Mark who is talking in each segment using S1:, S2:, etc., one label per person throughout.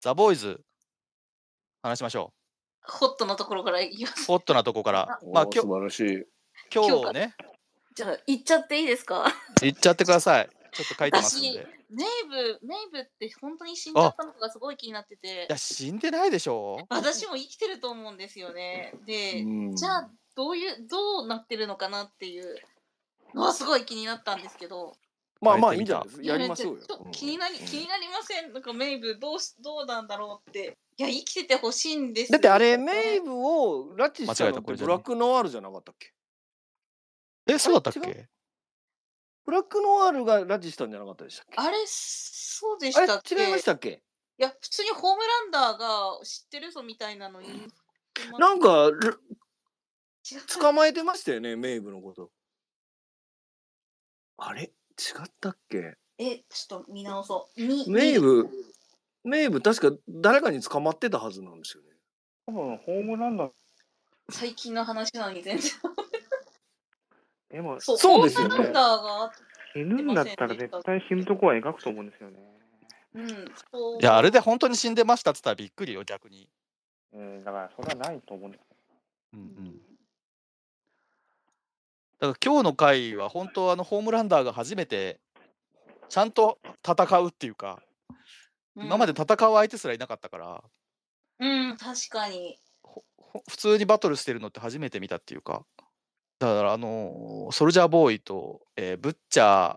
S1: ザ・ボーイズ、話しましょ
S2: ホットのところから言い ます
S1: う。。ホットなとこから。まあ、
S3: おー
S1: 今
S3: 素
S1: 日、
S3: 晴らしい。
S1: 今日ね、
S2: じゃあ、言っちゃっていいですか
S1: 行っちゃってください。ちょっと書いてますんで。
S2: 私
S1: い
S2: メイブ、メイブって本当に死んじゃったのがすごい気になってて、
S1: や、死んでないでしょ
S2: 私も生きてると思うんですよね。で、
S3: うん
S2: じゃあ、どういう、どうなってるのかなっていうのはすごい気になったんですけど、
S3: まあまあい
S1: 書いてみた
S3: いんじゃないですか。やりましょうよ
S2: ちょっと。
S3: うん
S2: 気になり、気になりません。なんかメイブ、どうし、どうなんだろうって。いや、生きててほしいんです
S3: だってあれ
S2: ね
S3: メイブを拉致した
S1: 間違え
S3: の
S1: た
S3: っ
S1: こ
S3: て
S1: れじゃ
S3: ブ
S1: ね
S3: ラックノワールじゃなかったっけ
S1: え、そうだったっ
S3: あれ
S1: け
S3: ブラックノワールが拉致したんじゃなかったでしたっけ
S2: あれ、そうでし
S3: あれ
S2: たっけ
S3: 違いましたっけ
S2: いや、普通にホームランダーが知ってるぞみたいなのに。
S3: なんかる
S2: 違う
S3: 捕まえてましたよねメイブのことあれ違ったっけ
S2: え、ちょっと見直そう。み
S3: メイブメイブ確か誰かに捕まってたはずなんですよね
S4: 多分ホームランダー
S2: 最近の話なのに全然。
S4: 今
S2: そう
S3: そうですよね
S2: ホームランダーが、
S4: 死ぬんだったら絶対死ぬとこは描くと思うんですよね。
S2: うん、そう
S1: いや、あれで本当に死んでましたって言ったらびっくりよ、逆に。
S4: うん、だからそれはないと思うんです
S1: うんうん。だから今日の回は本当あのホームランダーが初めてちゃんと戦うっていうか、
S2: うん
S1: 今まで戦う相手すらいなかったから
S2: うん、確かに。
S1: ほほ普通にバトルしてるのって初めて見たっていうかだからあのーソルジャーボーイと、えーブッチャー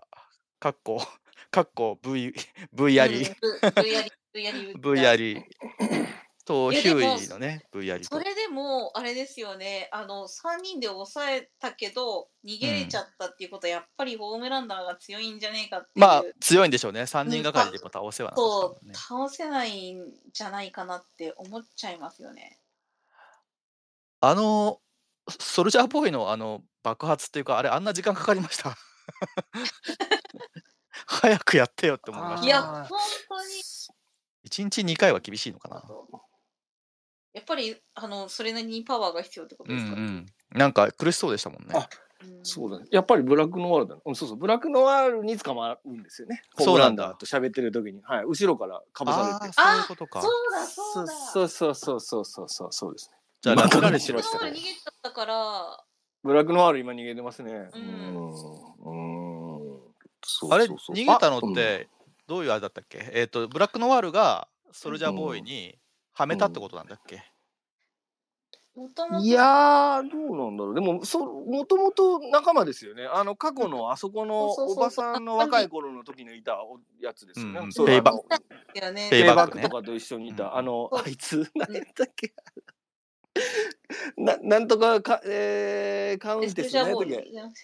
S1: かっこ かっこ V, v あり
S2: うん。ぶぶやり、ぶやり。ぶ
S1: V あ。りと
S2: いや
S1: ヒ
S2: でも
S1: ューイのね V あり
S2: そ
S1: と
S2: れでも、あれですよね、あの、3人で抑えたけど、逃げれちゃったっていうことは、やっぱりホームランダーが強いんじゃねえかっていう。
S1: まあ強いんでしょうね3人がかりでも倒せはなかった
S2: そ
S1: もん
S2: う
S1: ね、
S2: 倒せないんじゃないかなって思っちゃいますよね。
S1: あのソルジャーボーイのあの爆発っていうかあれあんな時間かかりました 早くやってよって思いま
S4: あ
S1: し
S4: ー
S1: た
S2: いや、本当に。
S1: 1日2回は厳しいのかな
S2: やっぱり、あの、それなりにパワーが必要ってこと
S1: うん
S2: ですか、
S1: うん、なんか苦しそうでしたもんね
S3: あ
S2: うん
S3: そうだねやっぱりブラックノワールだね、うん、そうそうブラックノワールに捕まるんですよね
S1: そうなんだ
S3: ホームランダーと喋ってる時に、はい、後ろからかぶされ
S1: ー
S3: て
S1: そういうことか
S2: そうだ、そうだ。
S3: そうそうそうそうそうそうそうですね
S1: じゃあ
S3: まあ
S1: 楽られ
S3: 隠
S1: し
S3: して
S1: ま
S3: ま
S1: し
S3: したた
S2: 逃
S3: ね
S2: げちゃったから、
S3: ブラックノワール今逃げてますね。
S2: う
S3: うんん。うんそう
S1: あれ
S3: そうそ
S1: 逃
S3: う
S1: げたのっ、てどういうあれだったっけえっ、とブラックノワールがソルジャーボーイにはめたってことなんだっけ、
S2: もと
S3: あう
S2: も
S3: ん
S2: と。
S3: いやーどうなんだろうでもそうもともと仲間ですよねあの過去のあそこの
S2: そうそうそう
S3: おばさんの若い頃の時のいたおやつですよ
S1: うんう
S3: ね
S1: ん
S3: そう
S1: ペイバ
S3: あの
S2: だよね。
S1: ペイ
S3: ペイ
S1: バ
S3: バ
S1: ッ
S3: ッ
S1: ク
S3: ク
S1: ね
S3: とかと一緒にい
S1: うん
S3: たあの
S2: そう
S3: あいつ何やったっけ ななんとかかえーカウンテスね時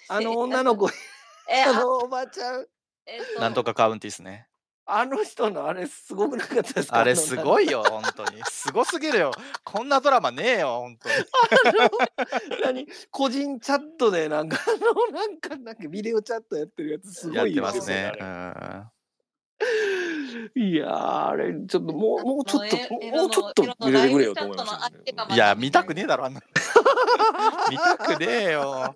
S3: あの女の子
S2: え
S3: あ
S2: あ
S3: のおばちゃん
S2: えっと
S1: なんとかカウンティスね
S3: あの人のあれすごくなかったですか
S1: あれす
S3: い
S1: ごいよ本当にすごすぎるよこんなドラマねえよ本当に
S3: 何個人チャットでなんか あのなんかなんかビデオチャットやってるやつす
S1: や
S3: ご
S1: っ
S3: い
S1: て
S3: よ
S1: ますね
S3: あ。れ
S1: うん
S3: いやーあれちょっともうもうちょっと
S2: エロの
S3: もうちょっと
S2: エロの
S3: 見れてくれよと思いました
S2: ライブチャットの相手がまだ
S1: いや、見たくねえだろ、あ んな。見たくねえよ。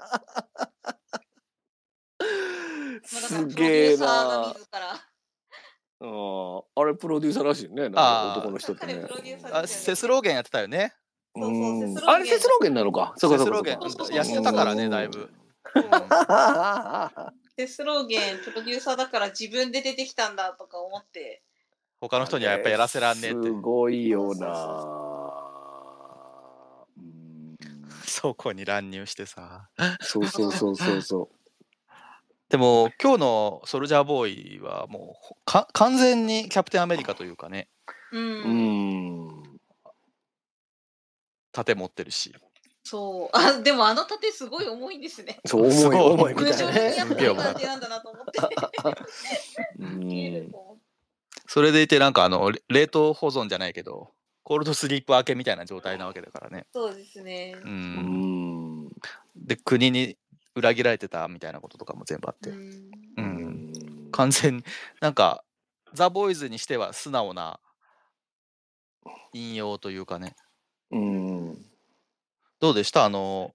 S3: すげ
S2: プロデュー
S3: えな
S2: サーが自ら
S3: ーあれプロデューサーらしいねな
S1: あ
S3: んか
S1: ー
S3: 男の人って
S2: 彼
S3: ね
S2: プロデューサー
S1: あ、セスローゲンやってたよね。
S2: そうそう
S3: うん
S2: セスローゲン
S3: あれセスローゲンなのか
S1: セ
S3: そ
S1: ス
S3: うかそう
S1: ロー
S3: か
S1: ゲ
S3: そう
S1: ン。
S3: か
S1: やってたから
S3: う
S1: ね、
S3: ん
S1: だい ぶ。
S2: でスローゲンプロデューサーだから自分で出てきたんだとか思って
S1: 他の人にはやっぱやらせらんねえっ
S3: す
S1: て。
S3: ごいよ
S2: そう
S3: な
S2: そう
S3: ーうん
S1: そこに乱入してさ。
S3: そうそうそうそうそう
S1: でも、今日のソルジャーボーイはもうほか、完全にキャプテンアメリカというかね、
S2: うん、
S3: うん
S1: 盾持ってるし。
S2: そうあでもあの盾すごい重いんです ね
S3: そう
S1: す
S3: 重
S1: ご
S3: い
S1: い
S3: 重いみ
S2: 無
S3: た
S2: 償
S3: いな
S2: にやっ
S3: ね。
S2: ぱり盾なんだなと思って
S3: うん
S1: それでいて、なんかあの、れ冷凍保存じゃないけど、コールドスリープ明けみたいな状態なわけだからね。
S2: そうですね
S1: う。
S3: うんん
S1: で、国に裏切られてたみたいなこととかも全部あって。う。
S3: うんん
S1: 完全になんかザ・ボーイズにしては素直な引用というかね
S3: うん
S1: どうでしたあの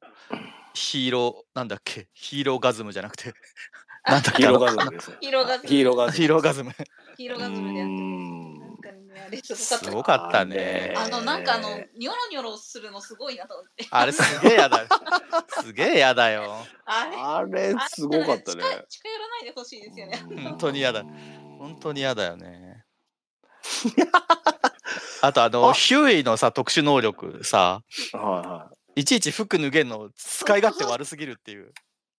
S1: ヒーローなんだっけヒーローガズムじゃなく て
S2: あ
S1: なんだっ
S3: ヒ
S1: け
S3: ー
S1: あ
S3: ロ
S1: の
S3: ーガズムです。
S2: ヒーローガズム
S3: ヒーローガズム。
S1: ヒーローガズム
S2: ヒーローガズムでやってる
S3: うん
S2: なんかねねあれすごかっ
S1: す
S2: た
S1: ごかったね。
S2: あのなんかあのニョロニョロするのすごいなと思って
S1: あれすげえやだ。すげえやだよ。
S2: あれ
S3: あれすごかったね
S2: あれ近い近寄らないでほしいですよね
S1: 本当に嫌だ本当
S3: に
S1: に嫌だよ ね。あとあの
S3: あ
S1: ヒューイのさ特殊能力さ
S3: はいはい
S1: ちいち服脱げんの使い勝手悪すぎるっていう。
S3: い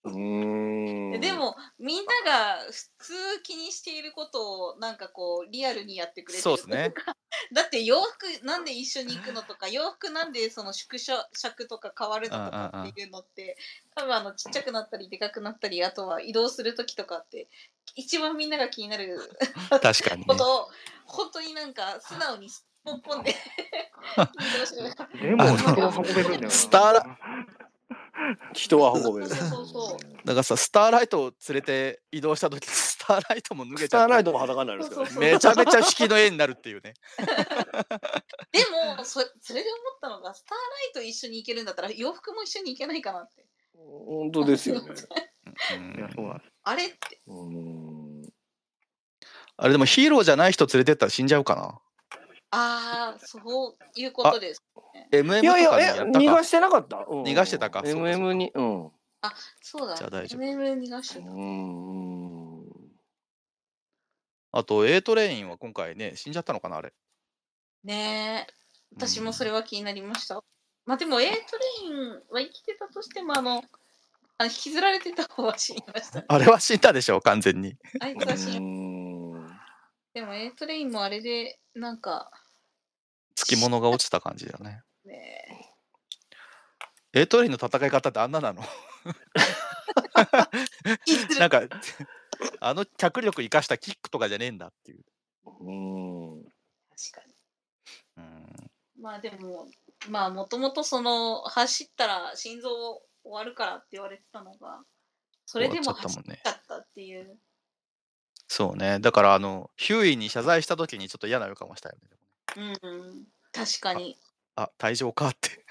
S3: うん
S2: でもみんなが普通気にしていることをなんかこうリアルにやってくれてる
S1: そうですね。
S2: だって洋服なんで一緒に行くのとか洋服なんでその縮小尺とか変わるのとかっていうのって多分あのちっちゃくなったりでかくなったりあとは移動する時とかって一番みんなが気にな る
S1: 確かに、
S2: こ
S1: ね。
S2: とを本当になんか素直にすっぽんぽ んで移動してる
S4: でも、
S1: あの
S4: 人を運べるんだよな。
S1: スター
S4: ラ。
S3: 人は運べる
S2: そうそう
S1: だからさスターライトを連れて移動した時スターライトも脱げちゃって
S3: スターライトも裸になるんです
S2: そ
S3: よ
S2: う
S3: ね
S2: そう
S1: めちゃめちゃ引きの絵になるっていう ね。
S2: でもそそれで思ったのがスターライト一緒に行けるんだったら洋服も一緒に行けないかなって
S3: 本当ですよね
S1: うん
S4: いや、そうなんです。
S2: あれって
S3: うん
S1: あれでもヒーローじゃない人連れてったら死んじゃうかな。
S2: ああそういうことです
S1: MM
S3: いやい
S1: とかに
S3: や
S1: やっ
S3: え
S1: たか
S3: 逃がしてなかったうん
S1: 逃がしてたかそうかそうか
S3: MM にうん
S2: そうだ
S1: じゃあ大丈夫
S2: MM 逃がしてた
S3: うん
S1: あと A トレインは今回ね死んじゃったのかなあれ。
S2: ねえ
S1: うん
S2: 私もそれは気になりました、まあでも A トレインは生きてたとしてもあのあの引きずられてた方は死にま したね
S1: あれは死んだでしょ完全に。
S2: あいうつは死に
S3: ん
S2: でも A トレインもあれでなんか
S1: つきものが落ちた感じだね。
S2: ねえ
S1: A トレインの戦い方ってあんな なの
S2: 引き ず
S1: な
S2: る
S1: んか あの脚力生かしたキックとかじゃねえんだっていう。
S3: うん
S2: 確かに
S1: うん
S2: まあでもまあもともとその走ったら心臓終わるからって言われてたのがそれでも
S1: 終わっち
S2: 走
S1: ゃったもん
S2: っ
S1: ね
S2: ちゃったっていう
S1: そうね。だからあのヒューイに謝罪した時にちょっと嫌な予感もしたよね。
S2: うんうん確かに
S1: あ退場か って。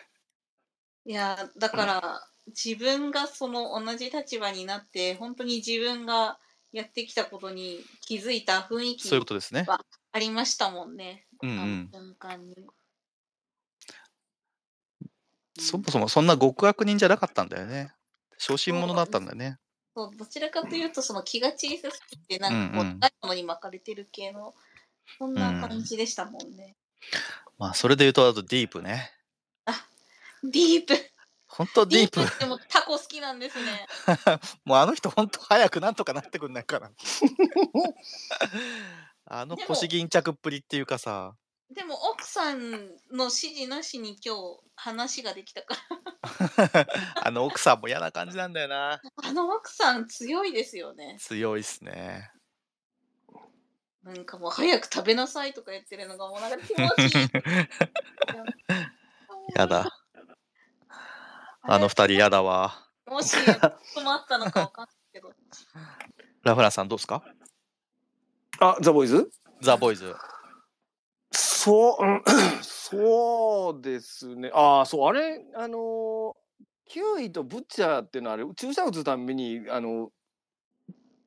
S2: いやだから自分がその同じ立場になって本当に自分がやってきたことに気づいた雰囲気
S1: そういうことですね。
S2: ありましたもんね、
S1: うんう
S2: あの
S1: ん。
S2: 瞬間に。
S1: そ
S2: うん
S1: もそもそんな極悪人じゃなかったんだよね。小心者だったんだよね。
S2: そうどちらかというとその気が小さすぎてなんかこ
S1: うんう
S2: うんないものに巻かれてる系のそんな感じでしたもんね。
S1: まあそれで言うとあとディープね。
S2: ディープ
S1: 本当ディープ。
S2: でもタコ好きなんですね。
S1: もうあの人本当早くなんとかなってくんないかな。 あの
S2: でも
S1: 腰巾着っぷりっていうかさ。
S2: でも奥さんの指示なしに今日話ができたから
S1: あの奥さんも嫌な感じなんだよな。
S2: あの奥さん強いですよね。
S1: 強いっすね。
S2: なんかもう早く食べなさいとか言ってるのがもうなんか気持ちいい。
S1: やだ。あの二人やだわ。
S2: もし困ったのかわかんないけど。
S1: ラフランさんどうですか
S3: あザボーイズ
S1: ザ・ボーイズ。
S3: そう、うん そうですね。ああ、そう、あれ、あのー、キウイとブッチャーっていうのは、あれ、注射打つたんびに、あの、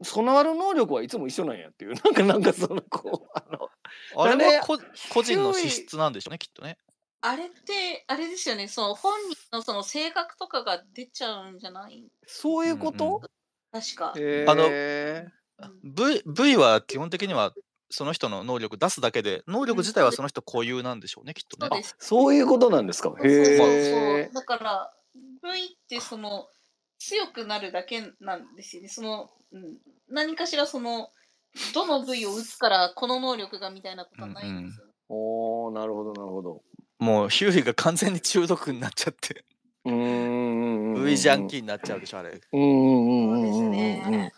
S3: 備わる能力はいつも一緒なんやっていう、 なんか、なんか、その、こう、あの、
S1: あ
S3: だ
S1: れ
S3: ね
S1: はこ個人の
S3: 強い
S1: 資質なんでしょうね、きっとね。
S2: あれってあれですよね。その本人のその性格とかが出ちゃうんじゃない？
S3: そういうこと、
S2: 確か。
S3: え
S1: あの
S3: え
S1: V, v は基本的にはその人の能力出すだけで、能力自体はその人固有なんでしょうね、きっと
S2: そう
S1: ね
S2: で。す。
S3: そういうことなんですか。へえ。
S2: だから V ってその強くなるだけなんですよね。その、うん、何かしらそのどの部位を打つからこの能力がみたいなことはないんですよ。
S3: おお、なるほど、なるほど。
S1: もうヒューイが完全に中毒になっちゃって、
S3: うーん。
S1: V ジャンキ
S3: ー。
S1: ーになっちゃうでしょ、あれ。
S3: うん、うん、うん、うん、うん
S2: そうですね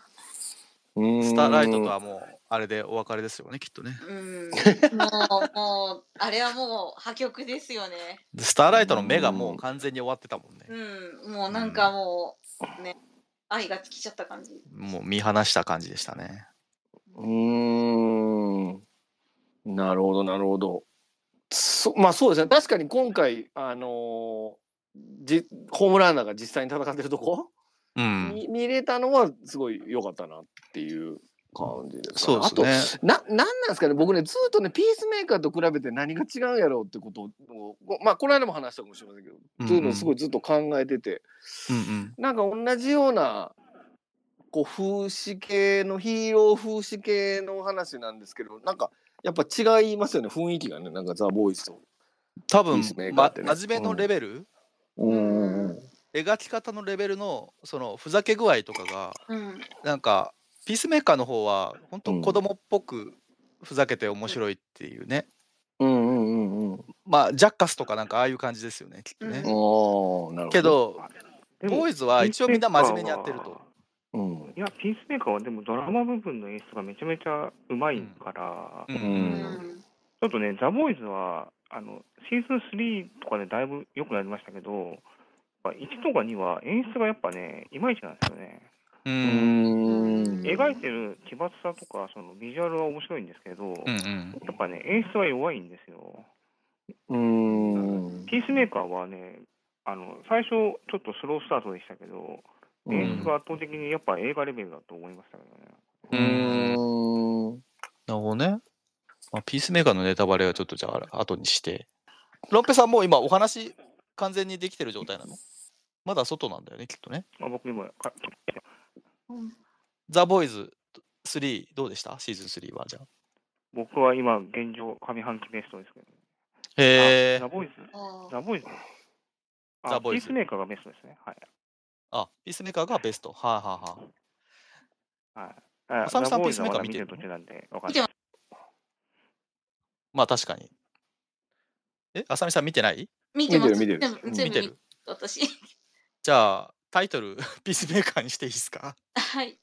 S3: うん。
S1: スターライトとはもう、あれでお別れですよね、きっとね。
S2: うん、もうもうあれはもう破局ですよね。
S1: でスターライトの目がもう完全に終わってたもんね。
S2: うん、もうなんかもうね、愛が尽きちゃった感じ。
S1: もう見放した感じでしたね。
S3: うーんなるほどなるほど。そまあそうですね確かに今回あのーじホームランナーが実際に戦ってるとこ、
S1: うん。
S3: み見れたのはすごい良かったなっていう感じですか、ね。
S1: そうです
S3: あと
S1: ね。
S3: な、なんなんですかね、僕ね、ずっとね、ピースメーカーと比べて何が違うんやろうってことを、こまあ、この間も話したかもしれませんけど、
S1: うん
S3: というのをすごいずっと考えてて、
S1: うんうん。
S3: なんか同じような、こう、風刺系の、ヒーロー風刺系の話なんですけど、なんか、やっぱ違いますよね、雰囲気がね、なんかザ・ボーイズと。
S1: 多
S3: い
S1: 分
S3: いですね、
S1: ま
S3: 勝手ね
S1: 真面目のレベル、
S2: うん
S3: うん
S1: 描き方のレベルのそのふざけ具合とかが
S2: うん
S1: なんかピースメーカーの方は本
S3: う
S1: 当
S3: ん
S1: 子供っぽくふざけて面白いっていうね、
S3: うんうんうん。
S1: まあジャッカスとかなんかああいう感じですよねきっとね、
S2: うん
S3: おーなるほど。
S1: け、ど
S4: でも
S1: ボーイズは一応みんな真面目にやってると。
S3: うん。
S4: いや、ピースメーカーはでもドラマ部分の演出がめちゃめちゃうまいから、
S1: う
S3: うん
S1: ん
S2: うん
S4: ちょっとね、ザ・ボーイズはあのシーズン3とかでだいぶ良くなりましたけど、やっぱ1とか2は演出がやっぱね、いまいちなんですよね。
S1: う
S3: うんん。
S4: 描いてる奇抜さとか、そのビジュアルは面白いんですけど、
S1: うんう
S4: や
S1: ん
S4: っぱね、演出は弱いんですよ。
S3: うん。
S4: ピースメーカーはね、あの最初、ちょっとスロースタートでしたけど、
S3: う
S4: 演
S3: ん
S4: 出は圧倒的にやっぱ映画レベルだと思いましたけどね。
S1: う
S3: うんん。
S1: なるほどね、まあ、ピースメーカーのネタバレはちょっとじゃあ後にしてロンペさんもう今お話完全にできてる状態なのまだ外なんだよねきっとね
S4: まあ、僕にもか
S1: ザ・ボーイズ3どうでしたシーズン3はじゃあ
S4: 僕は今、現状、上半期ベストですけど、
S1: へえ
S4: ザ・ボーイズ、
S2: あー
S4: ザ・ボーイズ、あ
S1: ザボーイズ
S4: ピースメーカーがベストですね。はい。
S1: あ、ピースメーカーがベスト。はい、はいはい。
S4: はいあ
S1: 浅見さん
S4: ザボイズはまだ
S1: ピースメーカー見てるの
S4: 見てる途中なんで、わかんない。
S1: まあ確かに。え、あさみさん見てない
S2: 見てます
S3: 見てる見てる
S2: 全部全
S1: 見て
S2: 部見
S1: る
S2: 私
S1: じゃあタイトルピースメーカーにしていいですか
S2: はい